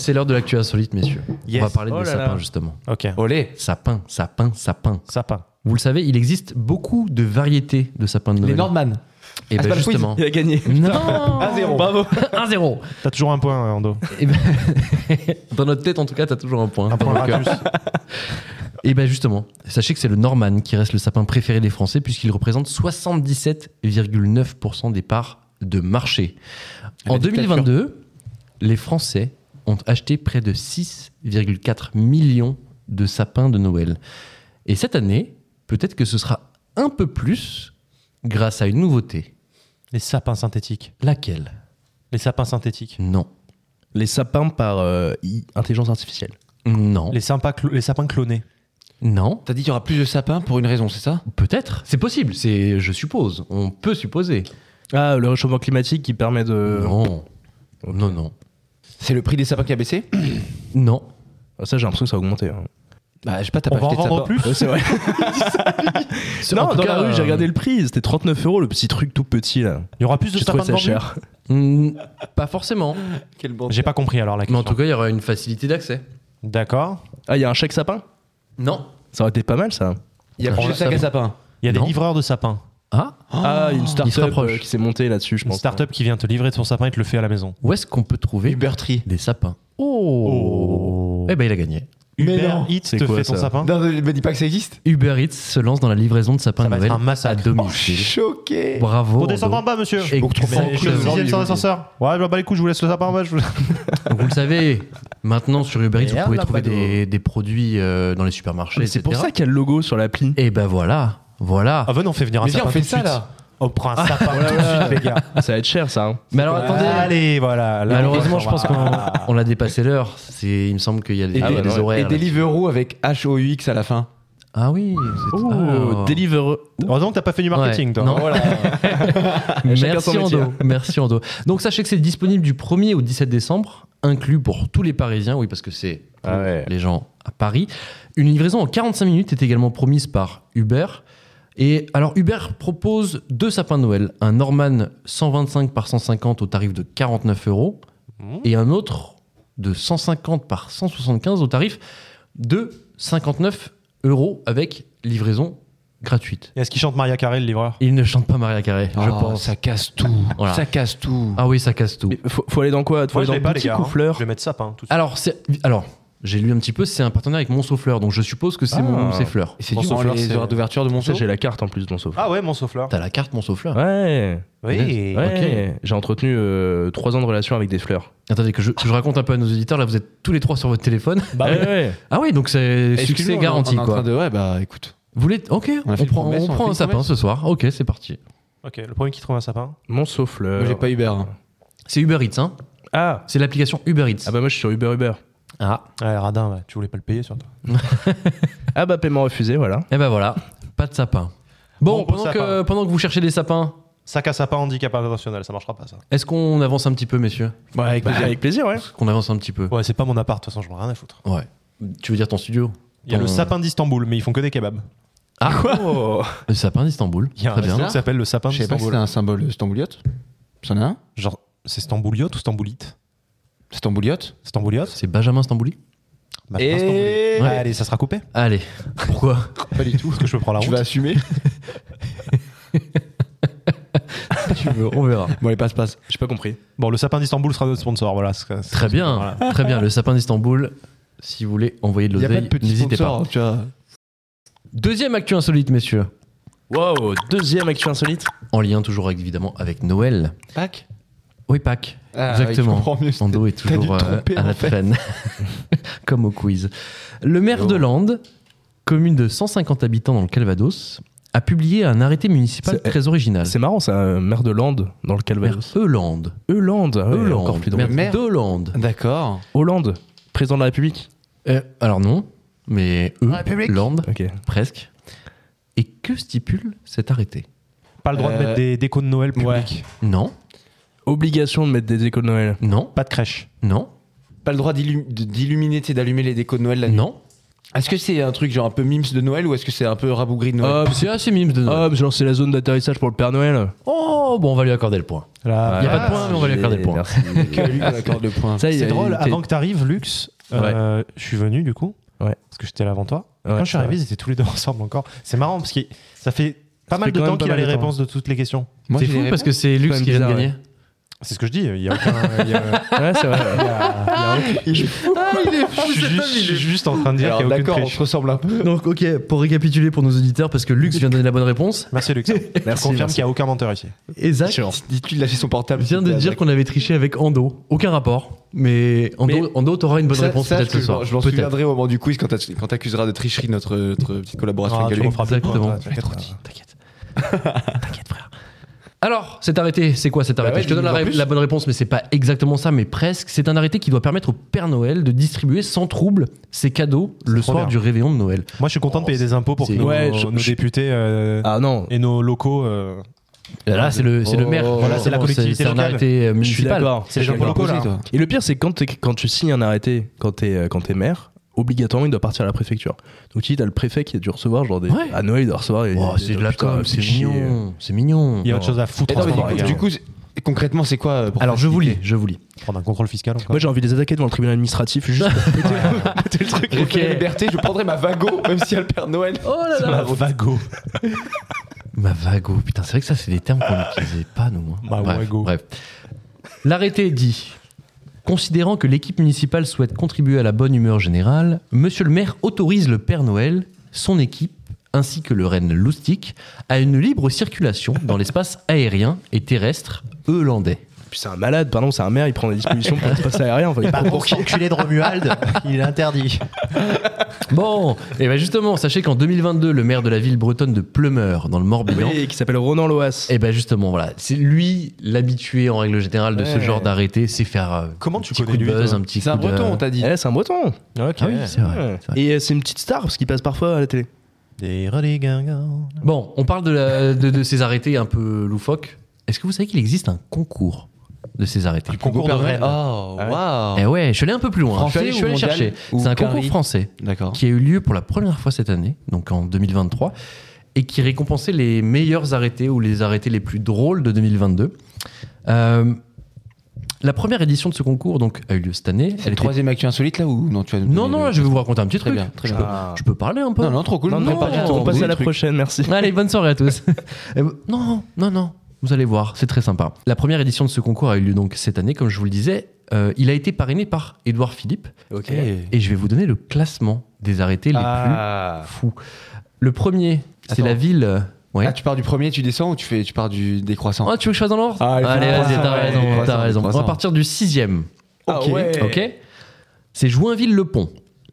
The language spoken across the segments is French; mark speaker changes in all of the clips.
Speaker 1: C'est l'heure de l'actu insolite, messieurs.
Speaker 2: Yes.
Speaker 1: On va parler
Speaker 2: Oh
Speaker 1: de
Speaker 2: là
Speaker 1: sapins,
Speaker 2: là.
Speaker 1: justement.
Speaker 2: Ok.
Speaker 1: Olé Sapin, sapin, sapin.
Speaker 2: Sapin.
Speaker 1: Vous le savez, il existe beaucoup de variétés de sapins de Noël.
Speaker 3: Les Nordman.
Speaker 1: Et
Speaker 3: Ah, c'est
Speaker 1: ben
Speaker 3: pas le quiz.
Speaker 1: justement.
Speaker 3: Il a gagné.
Speaker 1: Non
Speaker 3: 1-0.
Speaker 2: Bravo.
Speaker 1: 1-0
Speaker 2: T'as toujours un point euh, en dos.
Speaker 1: Eh ben, Dans notre tête, en tout cas, t'as toujours un point.
Speaker 2: Un point
Speaker 1: Donc, euh,
Speaker 2: gratus.
Speaker 1: Et bien justement, sachez que c'est le Norman qui reste le sapin préféré des Français puisqu'il représente 77,9% des parts de marché.
Speaker 3: La
Speaker 1: en
Speaker 3: dictature.
Speaker 1: 2022, les Français ont acheté près de 6,4 millions de sapins de Noël. Et cette année, peut-être que ce sera un peu plus grâce à une nouveauté.
Speaker 2: Les sapins synthétiques.
Speaker 1: Laquelle
Speaker 2: Les sapins synthétiques.
Speaker 1: Non.
Speaker 4: Les sapins par euh, i- intelligence artificielle.
Speaker 1: Non.
Speaker 2: Les, sympas clo- les sapins clonés.
Speaker 1: Non.
Speaker 3: T'as dit qu'il y aura plus de sapins pour une raison, c'est ça
Speaker 1: Peut-être. C'est possible. C'est, je suppose. On peut supposer.
Speaker 4: Ah, le réchauffement climatique qui permet
Speaker 3: Euh,
Speaker 4: de.
Speaker 1: Non. Non, non.
Speaker 3: C'est le prix des sapins qui a baissé
Speaker 1: Non.
Speaker 4: Ah, Ça, j'ai l'impression que ça a augmenté. hein.
Speaker 3: Bah, je sais pas, t'as
Speaker 2: On
Speaker 3: pas
Speaker 2: va en
Speaker 3: acheté de
Speaker 2: vendre
Speaker 3: sapins.
Speaker 2: plus
Speaker 4: Ouais, c'est vrai. non, dans la rue, j'ai regardé le prix. C'était 39 euros le petit truc tout petit là.
Speaker 2: Il y aura plus de
Speaker 4: J'ai
Speaker 2: sapins
Speaker 4: trouvé ça
Speaker 2: vendus
Speaker 4: cher.
Speaker 1: Mm, pas forcément,
Speaker 3: Quel bon.
Speaker 2: J'ai pas compris alors la
Speaker 1: mais
Speaker 2: question.
Speaker 1: en tout cas, il y aura une facilité d'accès.
Speaker 2: D'accord.
Speaker 4: Ah, il y a un chèque sapin
Speaker 1: Non.
Speaker 4: Ça aurait été pas mal ça.
Speaker 3: Il y a
Speaker 1: On
Speaker 3: plus de
Speaker 1: va
Speaker 3: sacs à sapins.
Speaker 2: Il y a
Speaker 1: Non.
Speaker 2: des livreurs de sapins.
Speaker 1: Ah
Speaker 4: ah, une
Speaker 1: se
Speaker 4: start-up
Speaker 1: rapproche.
Speaker 4: euh, qui s'est montée là-dessus, je
Speaker 2: Une
Speaker 4: pense.
Speaker 2: start-up qui vient te livrer ton sapin et te le fait à la maison.
Speaker 1: Où est-ce qu'on peut trouver
Speaker 3: Ubertree.
Speaker 1: des sapins Oh. Eh ben, il a gagné.
Speaker 3: Mais
Speaker 2: Uber
Speaker 3: non.
Speaker 2: Eats
Speaker 4: C'est
Speaker 2: te
Speaker 4: quoi,
Speaker 2: fait ton
Speaker 4: ça
Speaker 2: sapin.
Speaker 3: Non, ne me dis pas que ça existe.
Speaker 1: Uber Eats se lance dans la livraison de sapins
Speaker 2: Ça
Speaker 1: de
Speaker 2: va être
Speaker 1: Noël
Speaker 2: un massacre.
Speaker 1: à domicile.
Speaker 3: Choqué.
Speaker 1: Bravo.
Speaker 2: Pour descendre en
Speaker 1: Bordeaux.
Speaker 2: bas, monsieur.
Speaker 1: Et
Speaker 3: Donc, trop
Speaker 1: vous
Speaker 3: fort.
Speaker 1: savez-
Speaker 2: Je suis le sixième sans ascenseur. Ouais, bah, bah les couilles, je vous laisse le sapin en bas. je vous-
Speaker 1: Vous le savez, maintenant sur Uber Eats, vous
Speaker 4: Merde,
Speaker 1: pouvez
Speaker 4: la
Speaker 1: trouver
Speaker 4: panneau.
Speaker 1: des, des produits euh, dans les supermarchés.
Speaker 4: Mais c'est pour
Speaker 1: etc.
Speaker 4: ça qu'il y a le logo sur l'appli.
Speaker 1: Et ben voilà, voilà.
Speaker 2: Ah, venez, on fait venir un
Speaker 3: Mais viens,
Speaker 2: sapin.
Speaker 3: on fait
Speaker 2: tout de
Speaker 3: ça
Speaker 2: suite.
Speaker 3: là. Ah.
Speaker 2: On prend un sapin tout de suite, les gars.
Speaker 4: Ça va être cher ça. hein.
Speaker 1: Mais alors attendez,
Speaker 2: Allez, voilà. là,
Speaker 1: malheureusement, je
Speaker 2: on va-
Speaker 1: pense qu'on on a dépassé l'heure. C'est- Il me semble qu'il y a des,
Speaker 3: Et,
Speaker 1: il y a
Speaker 3: des-
Speaker 1: des
Speaker 4: ouais, non,
Speaker 1: horaires.
Speaker 3: et Deliveroo avec H-O-U-X à la fin.
Speaker 1: Ah oui, c'est
Speaker 4: Oh,
Speaker 1: Ah.
Speaker 4: Deliver.
Speaker 2: Heureusement que t'as pas fait du marketing,
Speaker 1: Ouais.
Speaker 2: toi.
Speaker 1: Non.
Speaker 3: Voilà.
Speaker 4: Chacun son
Speaker 1: Merci
Speaker 4: métier. hein.
Speaker 1: Ando. Merci Ando. Donc sachez que c'est disponible du 1er au 17 décembre, inclus pour tous les Parisiens, oui parce que c'est pour
Speaker 4: Ah ouais.
Speaker 1: les gens à Paris. Une livraison en 45 minutes est également promise par Uber. Et alors Uber propose deux sapins de Noël, un Norman 125 par 150 au tarif de 49 euros
Speaker 2: Mmh.
Speaker 1: et un autre de 150 par 175 au tarif de 59 euros avec livraison gratuite.
Speaker 2: Et Est-ce qu'il chante Maria Carré, le livreur
Speaker 1: Il ne chante pas Maria Carré, je
Speaker 3: Oh,
Speaker 1: pense.
Speaker 3: Ça casse tout.
Speaker 1: Voilà.
Speaker 3: Ça casse tout.
Speaker 1: Ah oui, ça casse tout.
Speaker 4: Mais faut, faut aller dans quoi Faut
Speaker 2: Moi, je
Speaker 4: aller
Speaker 2: l'ai
Speaker 4: dans
Speaker 2: pas, les
Speaker 4: petit
Speaker 2: gars.
Speaker 4: coup
Speaker 2: hein.
Speaker 4: fleur.
Speaker 2: Je vais mettre sapin. Tout de suite.
Speaker 1: Alors, c'est- alors j'ai lu un petit peu, c'est un partenaire avec Monceau-Fleur, donc je suppose que c'est
Speaker 2: Ah.
Speaker 1: mon Monceau-Fleur.
Speaker 3: Et c'est
Speaker 2: Bon,
Speaker 3: dur,
Speaker 2: sauf
Speaker 3: hein,
Speaker 2: alors,
Speaker 3: les
Speaker 2: c'est-
Speaker 3: horaires d'ouverture de mon
Speaker 4: Ça, j'ai la carte en plus, bon sauf.
Speaker 2: Ah ouais, mon sauf-fleur.
Speaker 1: T'as la carte Monceau-Fleur
Speaker 4: Ouais.
Speaker 2: Oui,
Speaker 4: Ouais. J'ai entretenu euh, trois ans de relation avec des fleurs.
Speaker 1: Attendez, que je, que je raconte un peu à nos auditeurs, là vous êtes tous les trois sur votre téléphone.
Speaker 4: Bah
Speaker 3: Bah
Speaker 4: ouais, ouais.
Speaker 1: Ah oui, donc c'est
Speaker 3: Excuse-nous,
Speaker 1: succès
Speaker 3: on est-
Speaker 1: garanti
Speaker 3: on est en train
Speaker 1: quoi.
Speaker 3: de- Ouais, bah écoute.
Speaker 1: Vous voulez Ok,
Speaker 3: On a
Speaker 1: on,
Speaker 3: fait une
Speaker 1: prend,
Speaker 3: promesse,
Speaker 1: on
Speaker 3: on a
Speaker 1: prend
Speaker 3: fait
Speaker 1: un
Speaker 3: une
Speaker 1: sapin
Speaker 3: promesse.
Speaker 1: ce soir. Ok, c'est parti.
Speaker 2: Ok, le premier qui trouve un sapin.
Speaker 4: Mon sauf fleur.
Speaker 2: Euh,
Speaker 3: Moi, J'ai pas Uber. hein.
Speaker 1: C'est Uber Eats, hein
Speaker 4: Ah
Speaker 1: C'est l'application Uber Eats.
Speaker 4: Ah bah moi je suis sur Uber Uber.
Speaker 1: Ah.
Speaker 2: Ouais, radin, ouais. tu voulais pas le payer sur toi.
Speaker 4: Ah bah paiement refusé, voilà.
Speaker 1: Et ben voilà, pas de sapin. Bon,
Speaker 2: Bon, beau
Speaker 1: pendant, Que,
Speaker 2: sapin.
Speaker 1: pendant que vous cherchez des sapins,
Speaker 2: Sac à sapin handicap international, ça marchera pas ça.
Speaker 1: est-ce qu'on avance un petit peu, messieurs
Speaker 4: Bah, avec, plaisir. ouais.
Speaker 1: Qu'on avance un petit peu
Speaker 2: Ouais, c'est pas mon appart, de toute façon, j'en ai rien à foutre.
Speaker 1: Ouais. Tu veux dire ton studio
Speaker 2: Il y a
Speaker 1: Ton-
Speaker 2: le sapin d'Istanbul, mais ils font que des kebabs.
Speaker 1: Ah,
Speaker 4: Oh.
Speaker 1: le sapin d'Istanbul.
Speaker 2: Il y a un
Speaker 1: Très bien.
Speaker 2: restaurant qui s'appelle le sapin
Speaker 3: Je savais pas si
Speaker 2: d'Istanbul.
Speaker 3: c'était un symbole euh, stambouliote. C'en a un
Speaker 2: Genre, c'est Stambouliote ou Stamboulite
Speaker 3: Stambouliote
Speaker 2: Stambouliote
Speaker 1: C'est Benjamin Stambouli
Speaker 2: Bah,
Speaker 3: Et-
Speaker 2: putain, Stamboulite.
Speaker 3: Ouais.
Speaker 2: Allez, ça sera coupé.
Speaker 1: Allez, pourquoi
Speaker 3: Pas du tout.
Speaker 2: Parce que je peux prendre la
Speaker 3: Tu
Speaker 2: route.
Speaker 3: vas assumer
Speaker 1: Tu veux, on verra.
Speaker 3: Bon, allez, passe, passe.
Speaker 4: J'ai pas compris.
Speaker 2: Bon, le sapin d'Istanbul sera notre sponsor, voilà. c'est- c'est-
Speaker 1: Très bien,
Speaker 2: voilà.
Speaker 1: très bien. Le sapin d'Istanbul, si vous voulez envoyer de
Speaker 3: Il y a pas de
Speaker 1: l'oseille,
Speaker 3: petit
Speaker 1: n'hésitez pas.
Speaker 3: sponsor, tu vois.
Speaker 1: Deuxième actu insolite, messieurs.
Speaker 4: Wow, deuxième actu insolite.
Speaker 1: En lien toujours évidemment avec Noël.
Speaker 3: Pâques
Speaker 1: Oui, Pâques.
Speaker 3: Ah,
Speaker 1: Exactement.
Speaker 3: je comprends mieux, c'était-
Speaker 1: Ando est
Speaker 3: t'as dû
Speaker 1: toujours
Speaker 3: te
Speaker 1: euh,
Speaker 3: tromper,
Speaker 1: à
Speaker 3: en
Speaker 1: la
Speaker 3: fait.
Speaker 1: traîne. Comme au quiz. Le maire
Speaker 3: Yo.
Speaker 1: de Lande, commune de 150 habitants dans le Calvados, a publié un arrêté municipal
Speaker 4: C'est-
Speaker 1: très original.
Speaker 4: C'est marrant ça, euh, maire de Lande dans le
Speaker 1: Maire
Speaker 4: Calvados.
Speaker 1: Hollande.
Speaker 4: Hollande, ah ouais, encore
Speaker 1: Hollande.
Speaker 4: plus drôle.
Speaker 1: Maire
Speaker 3: Maire-
Speaker 1: d'Hollande.
Speaker 3: D'accord.
Speaker 4: Hollande, président de la République.
Speaker 1: Euh, alors non, mais Hollande,
Speaker 4: Ok.
Speaker 1: presque. Et que stipule cet arrêté
Speaker 2: Pas le droit de
Speaker 3: Euh,
Speaker 2: mettre des décos de Noël public.
Speaker 3: ouais.
Speaker 1: Non,
Speaker 4: Obligation de mettre des écoles de Noël.
Speaker 1: non,
Speaker 2: Pas de crèche.
Speaker 1: non,
Speaker 3: Pas le droit d'illu- de- d'illuminer, tu sais, d'allumer les décos de Noël la nuit.
Speaker 1: non.
Speaker 3: Est-ce que c'est un truc genre un peu mimes de Noël ou est-ce que c'est un peu rabougri de
Speaker 1: Hop,
Speaker 3: Noël
Speaker 1: c'est assez mimes de Noël.
Speaker 4: Hop, genre c'est la zone d'atterrissage pour le Père Noël.
Speaker 1: Oh, bon, on va lui accorder le point.
Speaker 2: Là,
Speaker 1: Il y a pas
Speaker 3: Ah,
Speaker 1: de point, mais on va lui accorder le point.
Speaker 3: Que lui, on accorde le point.
Speaker 4: Ça, il y
Speaker 2: C'est
Speaker 4: a-
Speaker 2: drôle,
Speaker 4: il-
Speaker 2: avant que t'arrives, Lux, euh, je suis venu du coup.
Speaker 4: Ouais.
Speaker 2: Parce que j'étais là avant toi. Et
Speaker 4: Ouais,
Speaker 2: quand je suis arrivé,
Speaker 4: ouais.
Speaker 2: ils étaient tous les deux ensemble encore. C'est marrant parce que ça fait pas
Speaker 4: Ça
Speaker 2: mal
Speaker 4: fait
Speaker 2: de
Speaker 4: quand
Speaker 2: temps
Speaker 4: même pas
Speaker 2: qu'il a
Speaker 4: mal
Speaker 2: les
Speaker 4: de temps.
Speaker 2: réponses de toutes les questions.
Speaker 3: Moi,
Speaker 1: C'est
Speaker 3: j'ai
Speaker 1: fou
Speaker 3: les
Speaker 1: parce que c'est
Speaker 4: Quand
Speaker 1: Lux
Speaker 4: même
Speaker 1: qui vient de
Speaker 4: bizarre,
Speaker 1: gagner.
Speaker 2: C'est ce que je dis. Il y a aucun. il y a-
Speaker 4: Ouais, c'est vrai.
Speaker 2: il y a- il y a
Speaker 3: Ah,
Speaker 2: aucun- Je suis juste- je suis juste en train de dire
Speaker 3: Alors,
Speaker 2: qu'il y a aucune
Speaker 3: d'accord, on
Speaker 2: triche.
Speaker 3: se ressemble un peu.
Speaker 1: Donc, ok, pour récapituler pour nos auditeurs, parce que Lux vient de donner la bonne réponse,
Speaker 2: Merci Lux. Je confirme
Speaker 1: merci.
Speaker 2: qu'il n'y a aucun menteur ici.
Speaker 1: et Zach
Speaker 3: Dis-tu de lâcher son portable
Speaker 1: vient de dire qu'on avait triché avec Ando. Aucun rapport, mais Ando,
Speaker 3: Mais-
Speaker 1: Ando t'auras une bonne
Speaker 3: Ça-
Speaker 1: réponse
Speaker 3: sache
Speaker 1: peut-être
Speaker 3: que
Speaker 1: ce
Speaker 3: je
Speaker 1: soir.
Speaker 3: m'en- Je m'en
Speaker 1: Peut-être.
Speaker 3: souviendrai au moment du quiz quand t'as- quand t'accuseras de tricherie notre, euh, notre petite collaboration
Speaker 2: Ah,
Speaker 3: avec
Speaker 2: tu
Speaker 3: Alec.
Speaker 2: referas plus de
Speaker 1: Exactement.
Speaker 2: points, toi, tu vas être, euh,
Speaker 1: T'inquiète. T'inquiète, frère. Alors, cet arrêté, c'est quoi cet arrêté
Speaker 3: ouais,
Speaker 1: Je te donne la,
Speaker 3: dis-nous en
Speaker 1: ré-
Speaker 3: plus.
Speaker 1: la bonne réponse, mais c'est pas exactement ça, mais presque. C'est un arrêté qui doit permettre au Père Noël de distribuer sans trouble ses cadeaux le
Speaker 2: trop
Speaker 1: soir
Speaker 2: bien.
Speaker 1: du réveillon de Noël.
Speaker 2: Moi, je suis content de payer des impôts pour que
Speaker 1: c'est-
Speaker 2: nos,
Speaker 4: Ouais, je-
Speaker 2: nos
Speaker 4: je-
Speaker 2: députés euh,
Speaker 4: Ah non,
Speaker 2: et nos locaux. euh,
Speaker 1: Et là, c'est le, c'est le maire.
Speaker 3: Voilà,
Speaker 2: c'est la collectivité
Speaker 1: Oh, C'est un
Speaker 2: locale.
Speaker 1: arrêté euh,
Speaker 4: je suis
Speaker 1: municipal.
Speaker 4: d'accord.
Speaker 2: C'est les gens
Speaker 3: J'ai
Speaker 2: locaux
Speaker 3: posé,
Speaker 2: là.
Speaker 3: toi.
Speaker 4: Et le pire, c'est que quand, t'es- quand tu signes un arrêté, quand t'es euh, quand t'es maire, obligatoirement il doit partir à la préfecture. Donc tu dis, t'as le préfet qui a dû recevoir, genre des.
Speaker 1: Ouais.
Speaker 4: À Noël, il doit recevoir. et-
Speaker 1: Oh,
Speaker 4: et-
Speaker 1: c'est de la
Speaker 4: putain,
Speaker 1: com,
Speaker 4: fais
Speaker 1: c'est
Speaker 4: chier.
Speaker 1: mignon. C'est mignon.
Speaker 2: Il y a autre chose à foutre
Speaker 3: Et non,
Speaker 2: en ce
Speaker 3: mais
Speaker 2: moment, les
Speaker 3: du coup,
Speaker 2: gars.
Speaker 3: du coup, c'est- concrètement, c'est quoi euh, pour
Speaker 1: Alors, je vous lis,
Speaker 3: faciliter
Speaker 1: je vous lis.
Speaker 2: Prendre un contrôle fiscal ou quoi
Speaker 4: Moi j'ai envie de les attaquer devant le tribunal administratif juste pour péter- péter le truc.
Speaker 3: J'ai fait
Speaker 1: Ok.
Speaker 3: la liberté, je prendrai ma Vago, même si elle perd Noël.
Speaker 1: Oh là
Speaker 2: Ma vago.
Speaker 1: Ma vago, putain, c'est vrai que ça, c'est des termes qu'on n'utilisait pas, nous. hein.
Speaker 2: Ma
Speaker 1: bref,
Speaker 2: wago.
Speaker 1: bref. L'arrêté dit Considérant que l'équipe municipale souhaite contribuer à la bonne humeur générale, monsieur le maire autorise le Père Noël, son équipe, ainsi que le renne Loustic, à une libre circulation dans l'espace aérien et terrestre hollandais.
Speaker 4: Puis c'est un malade, pardon, c'est un maire, il prend des dispositions pour l'espace aérien. Enfin,
Speaker 1: Bah,
Speaker 4: il
Speaker 2: Ah, Pour s'enculer de Romuald, il est interdit.
Speaker 1: Bon, et bien justement, sachez qu'en 2022, le maire de la ville bretonne de Plumeur, dans le Morbihan,
Speaker 4: Oui, qui s'appelle Ronan Loas.
Speaker 1: Et ben justement, voilà, c'est lui l'habitué en règle générale de ce
Speaker 3: Ouais.
Speaker 1: genre d'arrêté, c'est faire euh,
Speaker 2: Comment
Speaker 1: un
Speaker 2: tu
Speaker 1: petit
Speaker 2: connais
Speaker 1: coup de
Speaker 2: lui,
Speaker 1: buzz,
Speaker 2: toi
Speaker 1: un petit
Speaker 3: C'est un
Speaker 1: coup de- euh,
Speaker 3: breton, on t'a dit.
Speaker 4: Eh, c'est un breton.
Speaker 1: Ah oui, c'est vrai,
Speaker 4: Ouais.
Speaker 1: c'est vrai.
Speaker 4: Et euh, c'est une petite star parce qu'il passe parfois à la télé.
Speaker 2: Des religingants.
Speaker 1: Bon, on parle de, la- de- de ces arrêtés un peu loufoques. Est-ce que vous savez qu'il existe un concours de ces arrêtés
Speaker 2: Du concours de
Speaker 3: Père Noël.
Speaker 2: Rennes.
Speaker 3: Oh, waouh.
Speaker 1: Eh ouais, je suis allé un peu plus loin.
Speaker 3: Français
Speaker 1: je suis allé, je suis
Speaker 3: ou
Speaker 1: allé
Speaker 3: mondial
Speaker 1: chercher.
Speaker 3: ou
Speaker 1: C'est un concours
Speaker 3: Paris
Speaker 1: français
Speaker 3: D'accord.
Speaker 1: qui a eu lieu pour la première fois cette année, donc en 2023, et qui récompensait les meilleurs arrêtés ou les arrêtés les plus drôles de 2022. Euh, la première édition de ce concours donc, a eu lieu cette année.
Speaker 3: C'est
Speaker 1: Elle
Speaker 3: le
Speaker 1: était
Speaker 3: troisième actu insolite là ou non tu vas nous
Speaker 1: Non,
Speaker 3: donner
Speaker 1: non,
Speaker 3: le-
Speaker 1: là, je vais vous raconter un petit
Speaker 3: Très
Speaker 1: truc.
Speaker 3: bien, très
Speaker 1: je,
Speaker 3: bien.
Speaker 1: Peux, je peux parler un peu.
Speaker 3: Non, non, trop cool.
Speaker 4: Non, non,
Speaker 3: prépare
Speaker 1: non,
Speaker 3: ton
Speaker 4: on passe
Speaker 3: bruit,
Speaker 4: à la
Speaker 3: truc.
Speaker 4: prochaine, merci.
Speaker 1: Allez, bonne soirée à tous. Et bon- non, non, non. Vous allez voir, c'est très sympa. La première édition de ce concours a eu lieu donc cette année, comme je vous le disais. Euh, il a été parrainé par Édouard Philippe.
Speaker 4: Ok.
Speaker 1: Et je vais vous donner le classement des arrêtés les plus fous. Le premier, c'est
Speaker 3: Ah. Attends.
Speaker 1: la ville. euh, Ouais.
Speaker 3: Ah, tu pars du premier, tu descends ou tu fais, tu pars du décroissant
Speaker 1: Ah, tu veux que je fasse dans l'ordre
Speaker 3: Ah, allez,
Speaker 1: Allez,
Speaker 3: fais-le.
Speaker 1: vas-y, t'as
Speaker 3: Ouais,
Speaker 1: raison,
Speaker 3: croissant,
Speaker 1: t'as raison. On va
Speaker 3: croissant.
Speaker 1: partir du sixième.
Speaker 3: Ah ouais.
Speaker 1: Ok C'est Joinville-le-Pont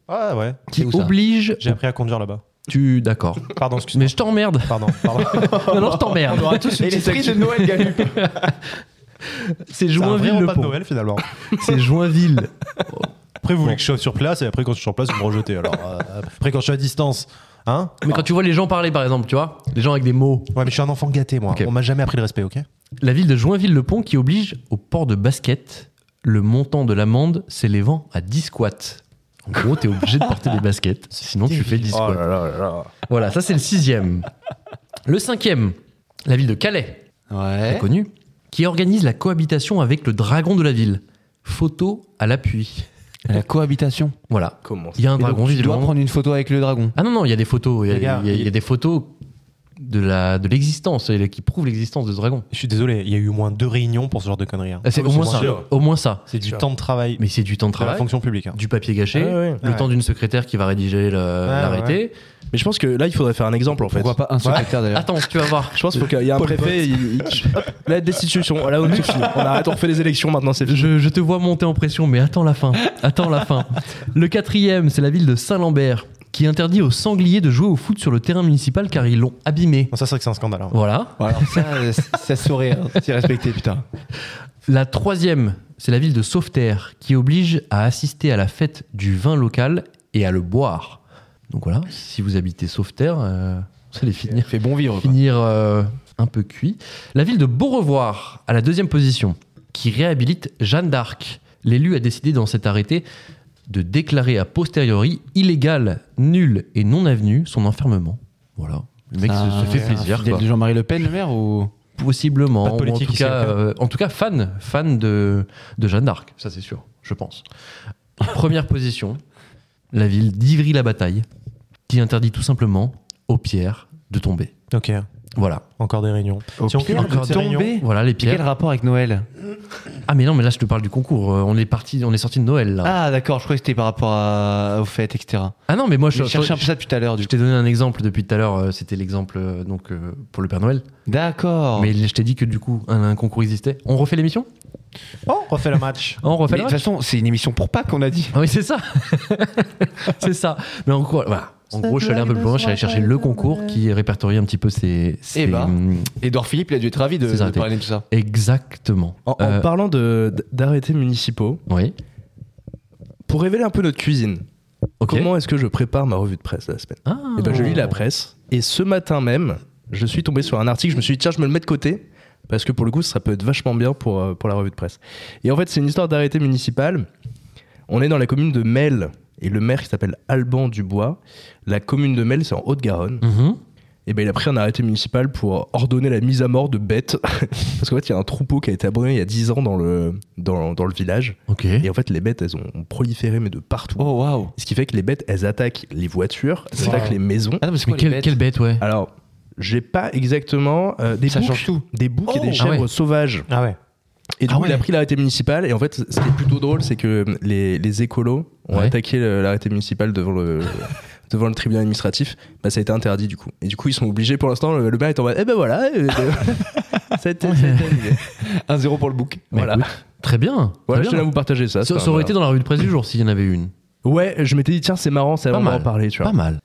Speaker 2: Ah ouais.
Speaker 1: qui
Speaker 3: où ça
Speaker 1: oblige.
Speaker 2: J'ai appris à conduire là-bas.
Speaker 1: Tu. D'accord.
Speaker 2: Pardon, excuse-moi.
Speaker 1: Mais je t'emmerde.
Speaker 2: Pardon, pardon.
Speaker 1: Non, non, je t'emmerde.
Speaker 3: Oh, Et les prix de Noël Galup.
Speaker 1: C'est
Speaker 2: C'est un vrai
Speaker 1: Joinville le
Speaker 2: repas de
Speaker 1: pont.
Speaker 2: Noël finalement.
Speaker 1: C'est Joinville.
Speaker 2: Après, vous voulez que je sois sur place et après, quand je suis sur place, vous me rejetez. Alors, euh, après, quand je suis à distance, hein
Speaker 1: Mais quand tu vois les gens parler, par exemple, tu vois, les gens avec des mots.
Speaker 2: Ouais, mais je suis un enfant gâté, moi.
Speaker 1: Ok.
Speaker 2: On m'a jamais appris le respect, ok
Speaker 1: La ville de Joinville-le-Pont qui oblige au port de basket le montant de l'amende s'élevant à 10 squats. En gros, t'es obligé de porter des baskets, sinon tu fais 10 squats. Voilà, ça c'est le sixième. Le cinquième, la ville de Calais,
Speaker 3: Ouais.
Speaker 1: connue, qui organise la cohabitation avec le dragon de la ville. Photo à l'appui.
Speaker 3: La cohabitation.
Speaker 1: Voilà.
Speaker 4: Comment
Speaker 1: Il y a un
Speaker 3: Et donc,
Speaker 1: dragon,
Speaker 3: tu dois
Speaker 1: visiblement.
Speaker 3: prendre une photo avec le dragon.
Speaker 1: Ah non, non, il y a des photos. Il y a,
Speaker 2: Les gars,
Speaker 1: il y a- il y a
Speaker 2: il-
Speaker 1: des photos de la- de l'existence et qui prouvent l'existence de ce dragon.
Speaker 2: Je suis désolé, il y a eu au moins deux réunions pour ce genre de conneries. hein.
Speaker 1: Ah, C'est
Speaker 4: Ah, mais
Speaker 1: au,
Speaker 4: c'est
Speaker 1: moins
Speaker 4: moins
Speaker 1: ça.
Speaker 4: sûr.
Speaker 1: Au moins ça.
Speaker 2: C'est du
Speaker 4: sûr.
Speaker 2: temps de travail
Speaker 1: Mais c'est du temps de
Speaker 2: de la
Speaker 1: travail,
Speaker 2: fonction publique. hein.
Speaker 1: du papier gâché,
Speaker 4: Ah ouais.
Speaker 1: le
Speaker 2: Ouais.
Speaker 1: temps d'une secrétaire qui va rédiger le- l'arrêté.
Speaker 4: Mais je pense que là, il faudrait faire un exemple en fait.
Speaker 3: Pourquoi pas un secrétaire d'ailleurs
Speaker 1: Attends, tu vas voir.
Speaker 4: Je pense qu'il faut qu'il y a un préfet. Il, il- là, destitution. Là, on est fini. On arrête, on refait les élections maintenant, c'est fini.
Speaker 1: Je, je te vois monter en pression, mais attends la fin. Attends la fin. Le quatrième, c'est la ville de Saint-Lambert qui interdit aux sangliers de jouer au foot sur le terrain municipal car ils l'ont abîmé.
Speaker 2: Non, ça, c'est vrai que c'est un scandale. hein.
Speaker 1: Voilà.
Speaker 3: Bon, alors ça, euh, ça saurait, hein, c'est respecté, putain.
Speaker 1: La troisième, c'est la ville de Sauveterre qui oblige à assister à la fête du vin local et à le boire. Donc voilà, si vous habitez Sauveterre, euh, vous allez finir,
Speaker 3: Fait bon vivre. quoi.
Speaker 1: finir euh, un peu cuit. La ville de Beaurevoir, à la deuxième position, qui réhabilite Jeanne d'Arc. L'élu a décidé dans cet arrêté de déclarer a posteriori illégal, nul et non avenu son enfermement. Voilà. Le mec se, se fait plaisir.
Speaker 3: Il
Speaker 1: quoi.
Speaker 3: Ah, de Jean-Marie Le Pen, le maire ou
Speaker 1: Possiblement.
Speaker 2: Pas de
Speaker 1: ou en,
Speaker 2: politique
Speaker 1: tout
Speaker 2: ici,
Speaker 1: cas,
Speaker 2: d'accord.
Speaker 1: euh, en tout cas, fan, fan de, de Jeanne d'Arc, ça c'est sûr, je pense. Première position, la ville d'Ivry-la-Bataille, qui interdit tout simplement aux pierres de tomber.
Speaker 2: Ok,
Speaker 1: Voilà.
Speaker 2: encore des réunions.
Speaker 3: Au
Speaker 2: Si on
Speaker 3: pire,
Speaker 2: parle de
Speaker 3: encore
Speaker 2: ces
Speaker 3: tombé.
Speaker 2: réunions-
Speaker 1: Voilà les
Speaker 3: Et quel
Speaker 1: pierres.
Speaker 3: rapport avec Noël
Speaker 1: Ah mais non, mais là je te parle du concours. Euh, On est parti, on est sorti de Noël là. Ah,
Speaker 3: Ah, d'accord, je croyais que c'était par rapport à- aux fêtes, etc.
Speaker 1: non, mais moi
Speaker 3: Je
Speaker 1: je,
Speaker 3: cherchais
Speaker 1: je-
Speaker 3: un peu ça depuis tout à l'heure, du
Speaker 1: je
Speaker 3: coup.
Speaker 1: t'ai donné un exemple depuis tout à l'heure. euh, C'était l'exemple euh, donc euh, pour le Père Noël.
Speaker 3: D'accord.
Speaker 1: Mais je t'ai dit que du coup un, un concours existait. On refait l'émission
Speaker 2: Oh, refait la match.
Speaker 1: On refait
Speaker 3: Mais
Speaker 1: le
Speaker 3: de toute
Speaker 1: match
Speaker 3: façon, c'est une émission pour Pâques, on a dit.
Speaker 1: Ah oui, c'est ça. c'est ça. Mais en gros, voilà. En gros, je suis allé un peu plus loin, je suis allé chercher le concours qui répertorie un petit peu ces. ces- mm,
Speaker 3: Eh ben. Edouard Philippe, il a dû être ravi de,
Speaker 1: C'est ça,
Speaker 3: de
Speaker 1: t'es-
Speaker 3: parler de tout ça.
Speaker 1: Exactement.
Speaker 4: En, en
Speaker 1: Euh,
Speaker 4: parlant de- d'arrêtés municipaux,
Speaker 1: Oui.
Speaker 4: pour révéler un peu notre cuisine,
Speaker 1: Ok.
Speaker 4: comment est-ce que je prépare ma revue de presse de la semaine
Speaker 1: Ah.
Speaker 4: Eh ben, je lis la presse. Et ce matin même, je suis tombé sur un article. Je me suis dit, tiens, je me le mets de côté. Parce que pour le coup, ça peut être vachement bien pour, euh, pour la revue de presse. Et en fait, c'est une histoire d'arrêté municipal. On est dans la commune de Mel. Et le maire qui s'appelle Alban Dubois. La commune de Mel, c'est en Haute-Garonne.
Speaker 1: Mhm.
Speaker 4: Et ben, il a pris un arrêté municipal pour ordonner la mise à mort de bêtes. parce qu'en fait, il y a un troupeau qui a été abandonné il y a 10 ans dans le, dans, dans le village.
Speaker 1: Ok.
Speaker 4: Et en fait, les bêtes, elles ont proliféré, mais de partout.
Speaker 3: Oh, waouh.
Speaker 4: Ce qui fait que les bêtes, elles attaquent les voitures, elles
Speaker 2: Wow.
Speaker 4: attaquent les Ah. maisons.
Speaker 3: Ah non, mais c'est
Speaker 1: Mais
Speaker 3: quoi
Speaker 1: quelle
Speaker 3: les bêtes
Speaker 1: quelle bête, ouais.
Speaker 4: Alors, j'ai pas exactement euh, des
Speaker 3: Ça
Speaker 4: boucs,
Speaker 3: change tout.
Speaker 4: des boucs et
Speaker 3: Oh
Speaker 4: des chèvres
Speaker 1: Ah ouais.
Speaker 4: sauvages.
Speaker 2: Ah ouais.
Speaker 4: Et du
Speaker 3: Ah
Speaker 4: coup, il a
Speaker 3: ouais.
Speaker 4: pris l'arrêté municipal. Et en fait, ce qui est plutôt drôle, c'est que hum, les, les écolos ont
Speaker 1: Ouais.
Speaker 4: attaqué le- l'arrêté municipal devant le devant le tribunal administratif. Bah, ça a été interdit du coup. Et du coup, ils sont obligés pour l'instant. Le, le maire est en mode, eh ben voilà, euh, ça a été- ça a été annulé.
Speaker 3: Un zéro pour le book.
Speaker 1: Mais
Speaker 4: voilà.
Speaker 1: Bah, écoute, Très bien.
Speaker 4: Voilà, je
Speaker 1: très
Speaker 4: tenais à
Speaker 1: bien.
Speaker 4: vous partager ça.
Speaker 1: Ça,
Speaker 4: c'est
Speaker 1: ça aurait
Speaker 4: un-
Speaker 1: été dans la revue de presse du jour s'il y en avait une.
Speaker 4: Ouais, je m'étais dit tiens, c'est marrant, ça
Speaker 1: Pas
Speaker 4: on va en
Speaker 1: mal.
Speaker 4: parler, tu vois.
Speaker 1: Pas mal.